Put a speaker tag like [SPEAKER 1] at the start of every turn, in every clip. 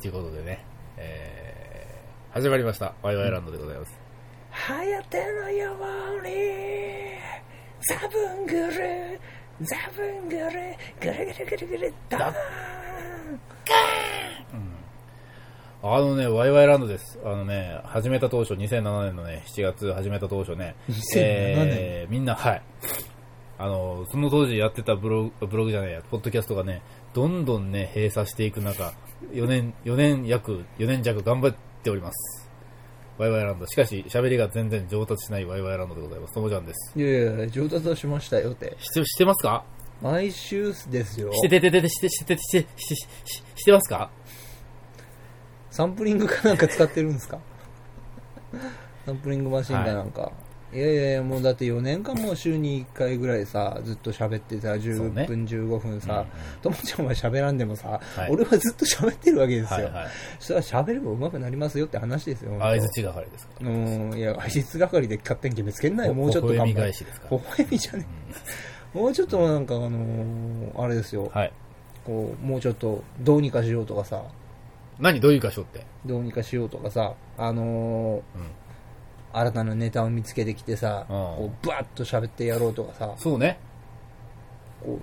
[SPEAKER 1] ということでね、えー、始まりました。ワイワイランドでございます。
[SPEAKER 2] はやてのようにザブングルザブングルぐるぐるぐるぐるドーン
[SPEAKER 1] あのね、ワイワイランドです。あのね、始めた当初、2007年のね、7月始めた当初ね、
[SPEAKER 2] 2007年
[SPEAKER 1] えー、みんな、はい。あの、その当時やってたブログ、ブログじゃないや、ポッドキャストがね、どんどんね、閉鎖していく中、4年、4年約、4年弱頑張っております。ワイワイランド。しかし、喋りが全然上達しないワイワイランドでございます。ともちゃんです。
[SPEAKER 2] いやいや上達はしましたよって
[SPEAKER 1] して、してますか
[SPEAKER 2] 毎週ですよ
[SPEAKER 1] しててててて、して、してて、して、して、して、してますか
[SPEAKER 2] サンプリングかなんか使ってるんですかサンプリングマシンかなんか、い、やいやいやもうだって4年間もう週に1回ぐらいさずっと喋って
[SPEAKER 1] そ
[SPEAKER 2] さ
[SPEAKER 1] う
[SPEAKER 2] 10
[SPEAKER 1] ね
[SPEAKER 2] 分15分さとも、ちゃんは喋らんでもさ、
[SPEAKER 1] はい
[SPEAKER 2] 俺はずっと喋ってるわけですよ、
[SPEAKER 1] はいはい。
[SPEAKER 2] そしたら喋れば上手くなりますよって話ですよ本当
[SPEAKER 1] 相槌係ですか
[SPEAKER 2] うん、いや、挨拶係で勝手に決めつけんなよ、もうちょっと
[SPEAKER 1] 微笑み
[SPEAKER 2] 頑張れ
[SPEAKER 1] 返。しですか
[SPEAKER 2] 微笑みじゃねえ。もうちょっとなんか、あのーあれですよ、
[SPEAKER 1] はい。
[SPEAKER 2] こう、もうちょっとどうにかしようとかさ、
[SPEAKER 1] 何どういう箇所って。
[SPEAKER 2] どうにかしようとかさ、あのー新たなネタを見つけてきてさ、
[SPEAKER 1] うん
[SPEAKER 2] こうバーッと喋ってやろうとかさ、
[SPEAKER 1] そうね。
[SPEAKER 2] こ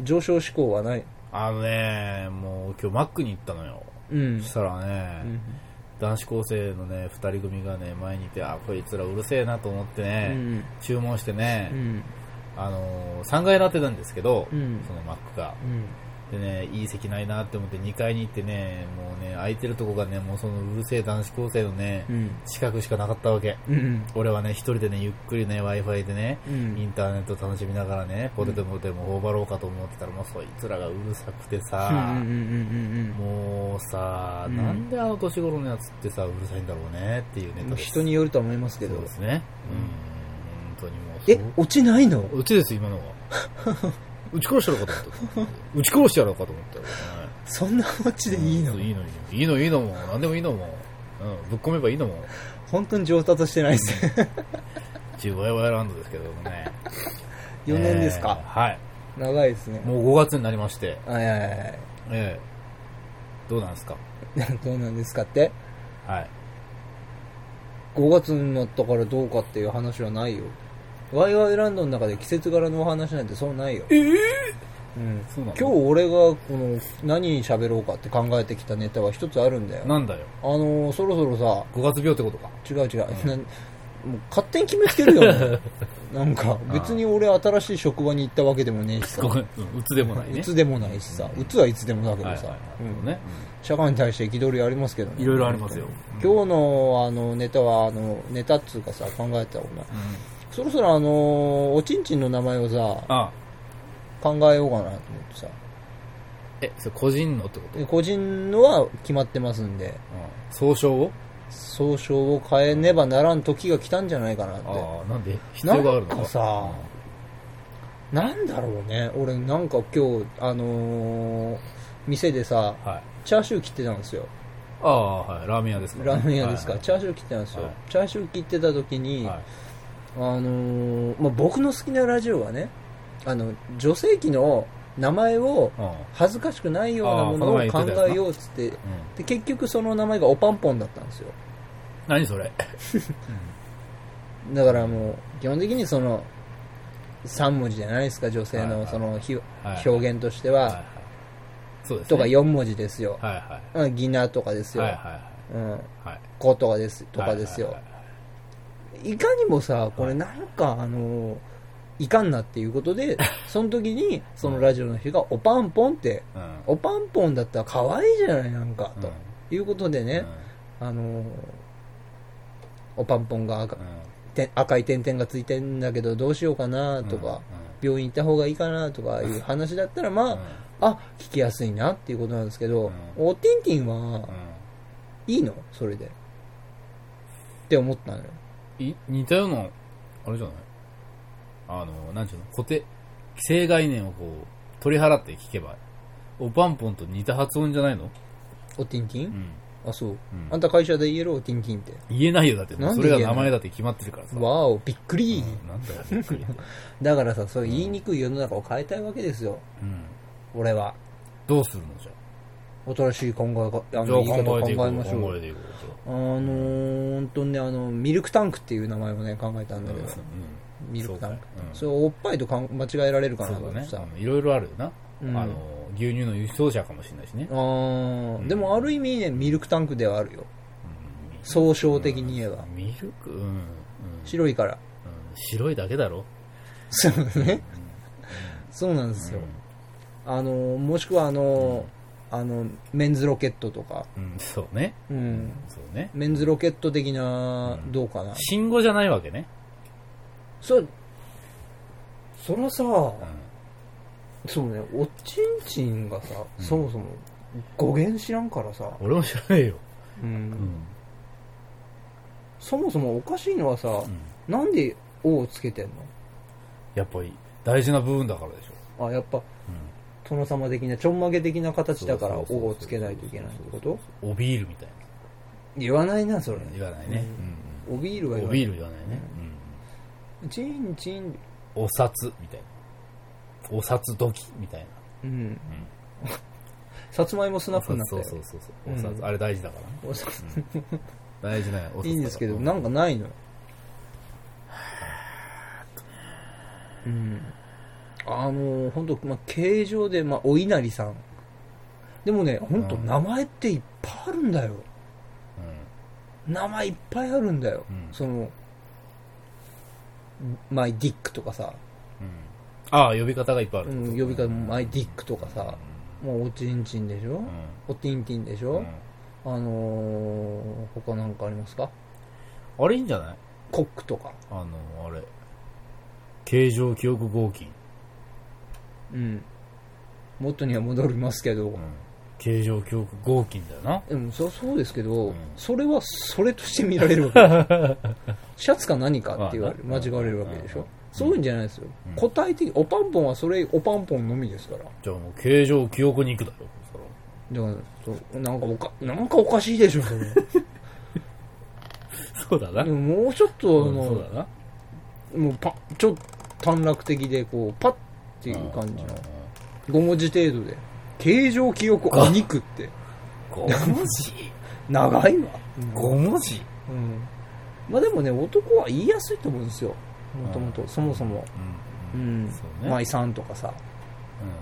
[SPEAKER 2] う上昇志向はない。
[SPEAKER 1] あのね、もう今日マックに行ったのよ。
[SPEAKER 2] うん
[SPEAKER 1] そし。たらね、
[SPEAKER 2] うん
[SPEAKER 1] 男子高生のね、二人組がね、前にいて、あ、こいつらうるせえなと思って
[SPEAKER 2] う
[SPEAKER 1] ね、
[SPEAKER 2] ん。
[SPEAKER 1] 注文してね
[SPEAKER 2] う、ん。
[SPEAKER 1] あのー、3階になってたんですけど、
[SPEAKER 2] うん
[SPEAKER 1] そのマックが。
[SPEAKER 2] うん。
[SPEAKER 1] でね、いい席ないなって思って2階に行ってね、もうね、空いてるとこがね、もうそのうるせえ男子高生のね
[SPEAKER 2] う、ん。
[SPEAKER 1] 近くしかなかったわけ。
[SPEAKER 2] うん。
[SPEAKER 1] 俺はね、一人でね、ゆっくりね、Wi-Fi でね、
[SPEAKER 2] うん
[SPEAKER 1] インターネット楽しみながらね、ポテトもでも頬張ろうかと思ってたら、もうそいつらがうるさくてさ、
[SPEAKER 2] うんうんうん
[SPEAKER 1] もうさ、
[SPEAKER 2] うん
[SPEAKER 1] なんであの年頃のやつってさ、うるさいんだろうねっていうネ
[SPEAKER 2] うん
[SPEAKER 1] タ
[SPEAKER 2] う
[SPEAKER 1] で
[SPEAKER 2] ん。
[SPEAKER 1] す。
[SPEAKER 2] 人によるとは思いますけ
[SPEAKER 1] そう
[SPEAKER 2] ど
[SPEAKER 1] で。すね。うん、本当にもう。
[SPEAKER 2] え、落ちないの
[SPEAKER 1] そううちです、今のは。 打ち殺してやろうかと思った。打ち殺してやろうかと思ったよ。ね
[SPEAKER 2] そんなオチでいいの、
[SPEAKER 1] うんいいの、いいの、いいの、いいのも、なんでもいいのも。うん、ぶっ込めばいいのも。
[SPEAKER 2] 本当に上達してないですね。
[SPEAKER 1] ちワイワイランドですけどもね。
[SPEAKER 2] 4年ですか
[SPEAKER 1] えーはい。
[SPEAKER 2] 長いですね。
[SPEAKER 1] もう5月になりまして、
[SPEAKER 2] はいはいはい
[SPEAKER 1] え えどうなんですか
[SPEAKER 2] はい。どうなんですかって
[SPEAKER 1] はい。
[SPEAKER 2] ?5 月になったからどうかっていう話はないよ。ワイワイランドの中で季節柄のお話なんてそうないよ。えうん。
[SPEAKER 1] そうなの
[SPEAKER 2] 今日俺がこの何喋ろうかって考えてきたネタは一つあるんだよ。
[SPEAKER 1] なんだよ。
[SPEAKER 2] あのー、そろそろさ、
[SPEAKER 1] 5月病ってことか。
[SPEAKER 2] 違う違う。なもう勝手に決めつけるよ、 ね、なんか別に俺新しい職場に行ったわけでもねえしさ
[SPEAKER 1] ごめん、うんうつでもないね。
[SPEAKER 2] うつでもないしさうつはいつでもだけど
[SPEAKER 1] はい
[SPEAKER 2] さ、
[SPEAKER 1] はい
[SPEAKER 2] うん
[SPEAKER 1] ね。
[SPEAKER 2] 社会に対して憤りありますけどね
[SPEAKER 1] いろいろありますよ。
[SPEAKER 2] 今日のあのネタはあのネタっつうかさ考えたお前
[SPEAKER 1] うん
[SPEAKER 2] そろそろあのおちんちんの名前をさ
[SPEAKER 1] あ、
[SPEAKER 2] 考えようかなと思ってさ
[SPEAKER 1] え、それ個人のってこと
[SPEAKER 2] で個人のは決まってますんで
[SPEAKER 1] うん総称を
[SPEAKER 2] 総称を変えねばならん時が来たんじゃないかなって
[SPEAKER 1] ああ、なんで必
[SPEAKER 2] な
[SPEAKER 1] 要があるの
[SPEAKER 2] ん
[SPEAKER 1] か
[SPEAKER 2] かさなんだろうね俺なんか今日あのー店でさ
[SPEAKER 1] はい。
[SPEAKER 2] チャーシュー切ってたんですよ
[SPEAKER 1] ああ、はい。ラーメン屋ですか
[SPEAKER 2] ラーメン屋ですか、
[SPEAKER 1] はい
[SPEAKER 2] チャーシュー切ってたんですよ、
[SPEAKER 1] はい
[SPEAKER 2] チャーシュー切ってた時に、
[SPEAKER 1] はい
[SPEAKER 2] あのーまあ、僕の好きなラジオはねあの女性器の名前を
[SPEAKER 1] うん
[SPEAKER 2] 恥ずかしくないようなも
[SPEAKER 1] あー
[SPEAKER 2] のを
[SPEAKER 1] この前言
[SPEAKER 2] 考
[SPEAKER 1] ってたやつな
[SPEAKER 2] えようっつって
[SPEAKER 1] うん
[SPEAKER 2] で結局その名前がおぱんぽんだったんですよ
[SPEAKER 1] 何それ
[SPEAKER 2] だからもう基本的にその3文字じゃないですか女性
[SPEAKER 1] はいは
[SPEAKER 2] の
[SPEAKER 1] い
[SPEAKER 2] そのひ、
[SPEAKER 1] はい
[SPEAKER 2] 表現としては、
[SPEAKER 1] はいはいそうです
[SPEAKER 2] と
[SPEAKER 1] ね
[SPEAKER 2] か4文字ですよ、
[SPEAKER 1] はいは
[SPEAKER 2] うんギナとかです
[SPEAKER 1] い。
[SPEAKER 2] よ、
[SPEAKER 1] はいはい
[SPEAKER 2] うん、
[SPEAKER 1] はい。
[SPEAKER 2] 子とかですとかですよ、
[SPEAKER 1] はいはいはい
[SPEAKER 2] いかにもさ、これなんか、あの、いかんなっていうこと で、その時に、そのラジオの人が、おパンポンって、
[SPEAKER 1] はい。うん
[SPEAKER 2] おパンポンだったら可愛いじゃない、なんか、ということで
[SPEAKER 1] うん
[SPEAKER 2] ね、あの、おパンポンが赤
[SPEAKER 1] うんうん
[SPEAKER 2] て赤い点々がついてんだけど、どうしようかな、とか、病院行った方がいいかな、とかいう話だったら、
[SPEAKER 1] うん
[SPEAKER 2] まあ、あ、聞きやすいなっていうことなんですけど、おてんてんは
[SPEAKER 1] う、ん
[SPEAKER 2] いいのそれで。って思ったのよ。
[SPEAKER 1] い似たような、あれじゃないあの、なんちゅうの、固定、既成概念をこう、取り払って聞けば、おパンポンと似た発音じゃないの
[SPEAKER 2] おてんて
[SPEAKER 1] うんん。
[SPEAKER 2] あ、そう。
[SPEAKER 1] うん
[SPEAKER 2] あんた会社で言えろ、ティンティンって。
[SPEAKER 1] 言えないよ、だって。もう
[SPEAKER 2] なん
[SPEAKER 1] そ
[SPEAKER 2] で
[SPEAKER 1] れ
[SPEAKER 2] 言え
[SPEAKER 1] が
[SPEAKER 2] ない
[SPEAKER 1] 名前だって決まってるからさ。
[SPEAKER 2] わお、びっくり。
[SPEAKER 1] うんなんだよ、びっくりって。
[SPEAKER 2] だからさ、そういう言いにくい世の中を変えたいわけですよ。
[SPEAKER 1] うん。
[SPEAKER 2] 俺は。
[SPEAKER 1] どうするのじゃ
[SPEAKER 2] 新しい考えが、あ
[SPEAKER 1] じゃあ考
[SPEAKER 2] の、言い方
[SPEAKER 1] え
[SPEAKER 2] 考
[SPEAKER 1] ていこ
[SPEAKER 2] え
[SPEAKER 1] う
[SPEAKER 2] ましょう
[SPEAKER 1] 考
[SPEAKER 2] よ。
[SPEAKER 1] えていこ
[SPEAKER 2] あのー、ほんとね、あの、ミルクタンクっていう名前をね、考えたん
[SPEAKER 1] う
[SPEAKER 2] だけど、ミル
[SPEAKER 1] そ
[SPEAKER 2] ク
[SPEAKER 1] う
[SPEAKER 2] タ
[SPEAKER 1] だ
[SPEAKER 2] ン
[SPEAKER 1] ね
[SPEAKER 2] ク。
[SPEAKER 1] うん
[SPEAKER 2] それおっぱいとかん間違えられるかなと
[SPEAKER 1] そう
[SPEAKER 2] 思
[SPEAKER 1] だ
[SPEAKER 2] っ
[SPEAKER 1] ね
[SPEAKER 2] てさ。
[SPEAKER 1] うんいろいろあるよな、
[SPEAKER 2] うん
[SPEAKER 1] あの牛乳の輸送車かもしれないしね
[SPEAKER 2] あ、ーでもある意味ね、ミルクタンクではあるよ。総称的に言えば。
[SPEAKER 1] ミルク、うんうん
[SPEAKER 2] 白いから。
[SPEAKER 1] うん白いだけだろ
[SPEAKER 2] そうね。そうなんですよ。あの、もしくはあの、あの、メンズロケットとか。
[SPEAKER 1] うんそうね
[SPEAKER 2] うん。
[SPEAKER 1] そうね
[SPEAKER 2] メンズロケット的な、どうかな。
[SPEAKER 1] 信号じゃないわけね、
[SPEAKER 2] そ、そらさ、
[SPEAKER 1] うん
[SPEAKER 2] そうね、おちんちんがさ、そもそも語源知らんからさ、
[SPEAKER 1] 俺も知らないよ、
[SPEAKER 2] うん
[SPEAKER 1] うん
[SPEAKER 2] そもそもおかしいのはさ、
[SPEAKER 1] うん
[SPEAKER 2] なんで「お」をつけてん
[SPEAKER 1] やっぱり大事な部分だからでしょ
[SPEAKER 2] のあ、やっぱ、殿様的な、ちょんまげ的な形だから、「お」をつけないといけないってこと
[SPEAKER 1] おビールみたい
[SPEAKER 2] 言わないな、それ
[SPEAKER 1] な。言わないね、
[SPEAKER 2] おビール
[SPEAKER 1] う
[SPEAKER 2] は
[SPEAKER 1] んうんお
[SPEAKER 2] 言わな
[SPEAKER 1] ビ
[SPEAKER 2] い。
[SPEAKER 1] ール言わないね、
[SPEAKER 2] ちんちん、
[SPEAKER 1] うんお札みたいなお札時みたいな
[SPEAKER 2] うん。さつまいもスナックになった
[SPEAKER 1] そう
[SPEAKER 2] よ。
[SPEAKER 1] そうそうそうう。お
[SPEAKER 2] ん
[SPEAKER 1] 札、あれ大事だからね。
[SPEAKER 2] お札
[SPEAKER 1] 大事なお札だから。
[SPEAKER 2] いいんですけど、
[SPEAKER 1] う
[SPEAKER 2] なんかないのよ。うん。あの、本当まあ、形状で、まあ、お稲荷さん。でもね、本当
[SPEAKER 1] うん
[SPEAKER 2] 名前っていっぱいあるんだよ。名前いっぱいあるんだよ。
[SPEAKER 1] うん
[SPEAKER 2] その、マイディックとかさ、
[SPEAKER 1] うん。うんああ、呼び方がいっぱいある。
[SPEAKER 2] う
[SPEAKER 1] うん。
[SPEAKER 2] ん、呼び方もマイディックとかさ、もうおちんちんでしょ、おティンティンでし
[SPEAKER 1] う
[SPEAKER 2] ょ
[SPEAKER 1] ん、
[SPEAKER 2] あのー他なんかありますか
[SPEAKER 1] あれいいんじゃない
[SPEAKER 2] コックとか。
[SPEAKER 1] あの、あれ。形状記憶合金。
[SPEAKER 2] うん。元には戻りますけ
[SPEAKER 1] う
[SPEAKER 2] ど、
[SPEAKER 1] ん。形状記憶合金だよな。
[SPEAKER 2] でもそそうですけど、
[SPEAKER 1] うん
[SPEAKER 2] それはそれとして見られるわけでし ょシャツか何かって言われる
[SPEAKER 1] ま
[SPEAKER 2] 間
[SPEAKER 1] あ
[SPEAKER 2] 違われるわけでし
[SPEAKER 1] う
[SPEAKER 2] ょ
[SPEAKER 1] ん
[SPEAKER 2] そういうんじゃないですよ、
[SPEAKER 1] うん
[SPEAKER 2] 個体的おパンポンはそれおパンポンのみですから
[SPEAKER 1] じゃあもう形状記憶肉だよ。そら
[SPEAKER 2] だからそうなんかおかなんかおかしいでしょそ れ
[SPEAKER 1] そうだな。
[SPEAKER 2] で
[SPEAKER 1] うん
[SPEAKER 2] ももうちょっとあ
[SPEAKER 1] そうだ、
[SPEAKER 2] の
[SPEAKER 1] な。
[SPEAKER 2] もうパちょっと短絡的でこうパッっていう感じの5文字程度で形状記憶お肉って
[SPEAKER 1] 5文字
[SPEAKER 2] 長いわ、
[SPEAKER 1] ?5 文字
[SPEAKER 2] うん、まあでもね男は言いやすいと思うんですよもともとそもそもう
[SPEAKER 1] うん。
[SPEAKER 2] ん
[SPEAKER 1] そうね
[SPEAKER 2] 舞さんとかさ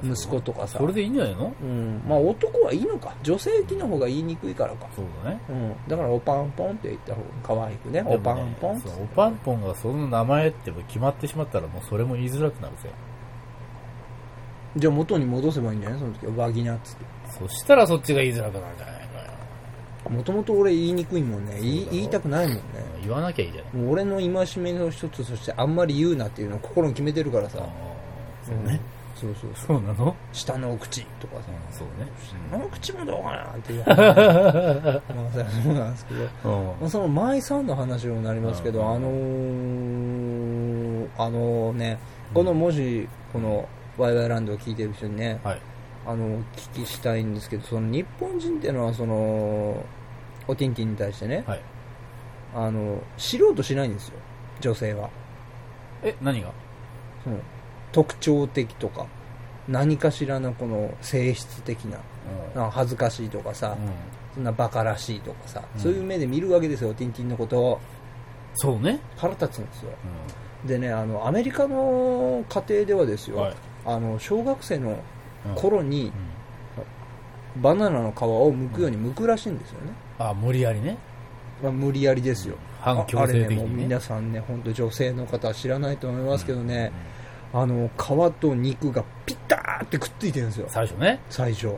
[SPEAKER 1] うん
[SPEAKER 2] 息子とかさ
[SPEAKER 1] それでいいんじゃないの
[SPEAKER 2] うん、まあ男はいいのか女性器の方が言いにくいからか、
[SPEAKER 1] そうだね。
[SPEAKER 2] うん、だからおパンポンって言った方が可愛く
[SPEAKER 1] で
[SPEAKER 2] ね
[SPEAKER 1] もね
[SPEAKER 2] おパンポン
[SPEAKER 1] そうおパンポンがその名前ってもう決まってしまったらもうそれも言いづらくなるぜ
[SPEAKER 2] じゃあ元に戻せばいいんじゃないその時はバギナっつって
[SPEAKER 1] そしたらそっちが言いづらくなるんじゃないかよ
[SPEAKER 2] もともと俺言いにくいもんね言い言いたくないもんね
[SPEAKER 1] 言わなきゃいいじゃない
[SPEAKER 2] もう俺の戒めの一つとしてあんまり言うなっていうのを心に決めてるからさ、
[SPEAKER 1] そうね、
[SPEAKER 2] うん、そうそうそう
[SPEAKER 1] そうなの、
[SPEAKER 2] 下のお口とかさ
[SPEAKER 1] うん、そうね
[SPEAKER 2] 下の口もどうかなっていう話まあそれはそうなんですけど
[SPEAKER 1] うん
[SPEAKER 2] まあその舞さんの話になりますけど、
[SPEAKER 1] うん
[SPEAKER 2] あのーあのね、このもし、このワイワイランドを聞いてる人にね、
[SPEAKER 1] はい
[SPEAKER 2] あの、お聞きしたいんですけど、その日本人っていうのは、その、おティンティンに対してね、
[SPEAKER 1] はい
[SPEAKER 2] あの、知ろうとしないんですよ、女性は。
[SPEAKER 1] え何が
[SPEAKER 2] その特徴的とか、何かしらのこの性質的な、なんか恥ずかしいとかさ
[SPEAKER 1] う、ん
[SPEAKER 2] そんなバカらしいとかさ、
[SPEAKER 1] うん
[SPEAKER 2] そういう目で見るわけですよ、おティンティンのことを。
[SPEAKER 1] そうね、
[SPEAKER 2] 腹立つんですよ。
[SPEAKER 1] う
[SPEAKER 2] でねあのアメリカの家庭ではですよ、
[SPEAKER 1] はい
[SPEAKER 2] あの小学生の
[SPEAKER 1] うん
[SPEAKER 2] 頃に
[SPEAKER 1] うん
[SPEAKER 2] バナナの皮を剥くように剥くらしいんですよね、
[SPEAKER 1] あ無理やりね
[SPEAKER 2] まあ、無理やりですよ
[SPEAKER 1] 反強制
[SPEAKER 2] ああれ
[SPEAKER 1] 的
[SPEAKER 2] ねもう
[SPEAKER 1] にね
[SPEAKER 2] 皆さんね本当女性の方は知らないと思いますけどね、あの皮と肉がピターってくっついてるんですよ
[SPEAKER 1] 最初ね、
[SPEAKER 2] 最初
[SPEAKER 1] うん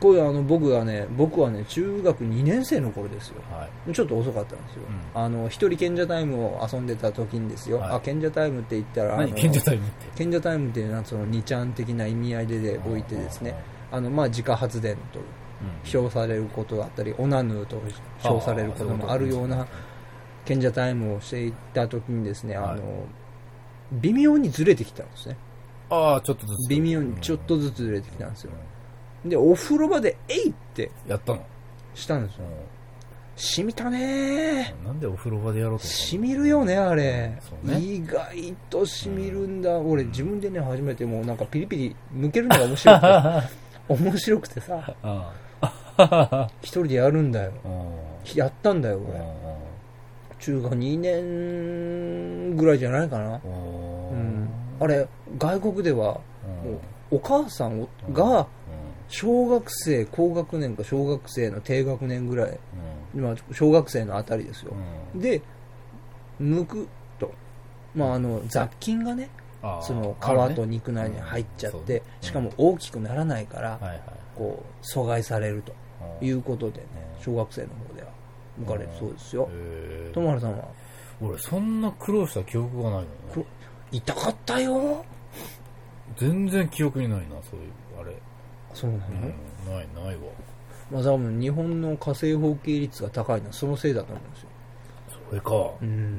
[SPEAKER 2] これあの僕はね僕はね中学2年生の頃ですよ
[SPEAKER 1] はい
[SPEAKER 2] ちょっと遅かったんですよ、
[SPEAKER 1] うん
[SPEAKER 2] あの一人賢者タイムを遊んでた時にですよ、
[SPEAKER 1] はい
[SPEAKER 2] あ賢者タイムって言ったらあ
[SPEAKER 1] 何
[SPEAKER 2] の
[SPEAKER 1] 賢者タイムって
[SPEAKER 2] 賢者タイムっていうのはその2ちゃん的な意味合いででおいてですね、あのまあ自家発電と
[SPEAKER 1] うん
[SPEAKER 2] 称されることだったり、オナヌーと称されることもあるような賢者タイムをしていた時にですね、
[SPEAKER 1] はい
[SPEAKER 2] あの、微妙にずれてきたんですね。
[SPEAKER 1] ああちょっとずつ
[SPEAKER 2] 微妙にちょっとずつずれてきたんですよ。で、お風呂場でえいって
[SPEAKER 1] やったの、
[SPEAKER 2] したんですよ。染みたね
[SPEAKER 1] なんでお風呂場でやろうと思ったの
[SPEAKER 2] ー。染みるよ ね、あれ。
[SPEAKER 1] そうね
[SPEAKER 2] 意外と染みるんだ。俺自分でね、初めてもうなんかピリピリ抜けるのが面白くて。 面白くてさ、
[SPEAKER 1] あ
[SPEAKER 2] 一人でやるんだよ。
[SPEAKER 1] あ。うん。
[SPEAKER 2] やったんだよ、
[SPEAKER 1] う
[SPEAKER 2] 俺。
[SPEAKER 1] ん
[SPEAKER 2] 中学2年ぐらいじゃないかな。
[SPEAKER 1] うん。
[SPEAKER 2] う
[SPEAKER 1] うん
[SPEAKER 2] ん。あれ、外国では、
[SPEAKER 1] う
[SPEAKER 2] も
[SPEAKER 1] ん
[SPEAKER 2] う、お母さんが、小学生、高学年か小学生の低学年ぐらい、まあ、小学生のあたりですよ
[SPEAKER 1] う。ん。
[SPEAKER 2] で、抜くと。まあ、あの、雑菌がね、
[SPEAKER 1] あー
[SPEAKER 2] その
[SPEAKER 1] ある
[SPEAKER 2] 皮
[SPEAKER 1] ね
[SPEAKER 2] と肉内に入っちゃっ
[SPEAKER 1] うんそう
[SPEAKER 2] て
[SPEAKER 1] ね、
[SPEAKER 2] しかも大きくならないから、
[SPEAKER 1] はいはい
[SPEAKER 2] こう、阻害されると
[SPEAKER 1] あー。
[SPEAKER 2] いうことでね、
[SPEAKER 1] うん
[SPEAKER 2] 小学生の方では抜かれるそうですよ。
[SPEAKER 1] へー
[SPEAKER 2] ともはるさんは、
[SPEAKER 1] 俺そんな苦労した記憶がないのね
[SPEAKER 2] く痛かったよ
[SPEAKER 1] 全然記憶にないなそういうあれ、
[SPEAKER 2] そうなの、
[SPEAKER 1] うん、ないないわ
[SPEAKER 2] まあ多分日本の火星放棄率が高いのはそのせいだと思うんですよ。
[SPEAKER 1] それかう
[SPEAKER 2] うんん。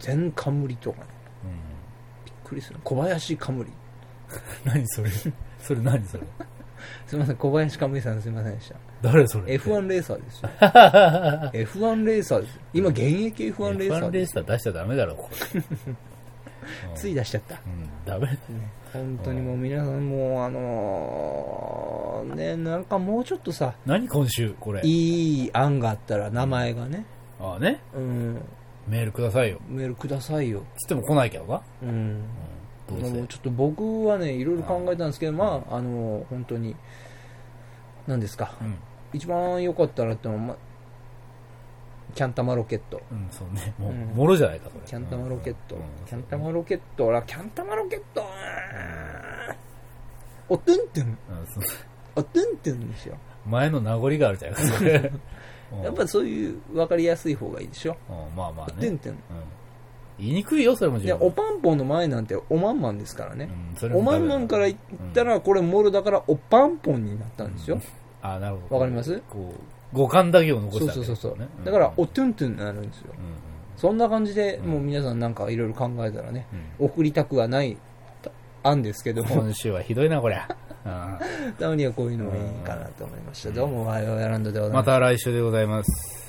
[SPEAKER 2] 全冠とかね。
[SPEAKER 1] うん
[SPEAKER 2] びっくりする。小林冠。
[SPEAKER 1] 何 それそれ何それ
[SPEAKER 2] すいません、小林冠さんすいませんでした。
[SPEAKER 1] 誰それ
[SPEAKER 2] F1 レーサーですよ。F1 レーサーですよ。今現役 F1 レーサ
[SPEAKER 1] F1
[SPEAKER 2] ー
[SPEAKER 1] レー
[SPEAKER 2] です。
[SPEAKER 1] サー出しちゃダメだろこれ
[SPEAKER 2] つい出しちゃった。
[SPEAKER 1] うんダメ
[SPEAKER 2] 本当にもう皆さんもうあのーね、なんかもうちょっとさ、
[SPEAKER 1] 何今週これ
[SPEAKER 2] いい案があったら名前がね、
[SPEAKER 1] ああね
[SPEAKER 2] うん、
[SPEAKER 1] メールくださいよ
[SPEAKER 2] メールくださいよ。
[SPEAKER 1] つっても来ないけどな、
[SPEAKER 2] うん。
[SPEAKER 1] うん、どうせ
[SPEAKER 2] もうちょっと僕はね、いろいろ考えたんですけど、まあ、あの、本当に、何ですか、
[SPEAKER 1] うん、
[SPEAKER 2] 一番良かったなってのは、まあ、キャンタマロケット。
[SPEAKER 1] うん、そうねもう、
[SPEAKER 2] うん
[SPEAKER 1] もろじゃないかそれ
[SPEAKER 2] キャンタマロケット。
[SPEAKER 1] うんうん
[SPEAKER 2] キャンタマロケット。俺はキャンタマロケット。おってんてん。
[SPEAKER 1] うんそう
[SPEAKER 2] おてんてんですよ。
[SPEAKER 1] 前の名残があるじゃないかそれうん
[SPEAKER 2] やっぱそういう分かりやすい方がいいでしょ。
[SPEAKER 1] うんまあま
[SPEAKER 2] お
[SPEAKER 1] あ
[SPEAKER 2] て
[SPEAKER 1] ね
[SPEAKER 2] んてん。
[SPEAKER 1] うん言いにくいよそれも自
[SPEAKER 2] で、
[SPEAKER 1] 分
[SPEAKER 2] おぱんぽんの前なんておまんまんですからね。
[SPEAKER 1] うんそれも
[SPEAKER 2] おまんまんから言ったら、これモルだからおぱんぽんになったんですよ。
[SPEAKER 1] あなるほど
[SPEAKER 2] わかります
[SPEAKER 1] こう五感だけを残
[SPEAKER 2] そ
[SPEAKER 1] し
[SPEAKER 2] う
[SPEAKER 1] た
[SPEAKER 2] そうそうそう、
[SPEAKER 1] ねん
[SPEAKER 2] だからおトゥントゥンになるんですよ
[SPEAKER 1] うんうん
[SPEAKER 2] そんな感じで、
[SPEAKER 1] うん
[SPEAKER 2] もう皆さんなんかいろいろ考えたらね、
[SPEAKER 1] う
[SPEAKER 2] 送りたくはない案ですけども
[SPEAKER 1] 今週はひどいなこりゃうん
[SPEAKER 2] たまにはこういうのもいいかなと思いました、どうもワイワイランドでございます
[SPEAKER 1] また来週でございます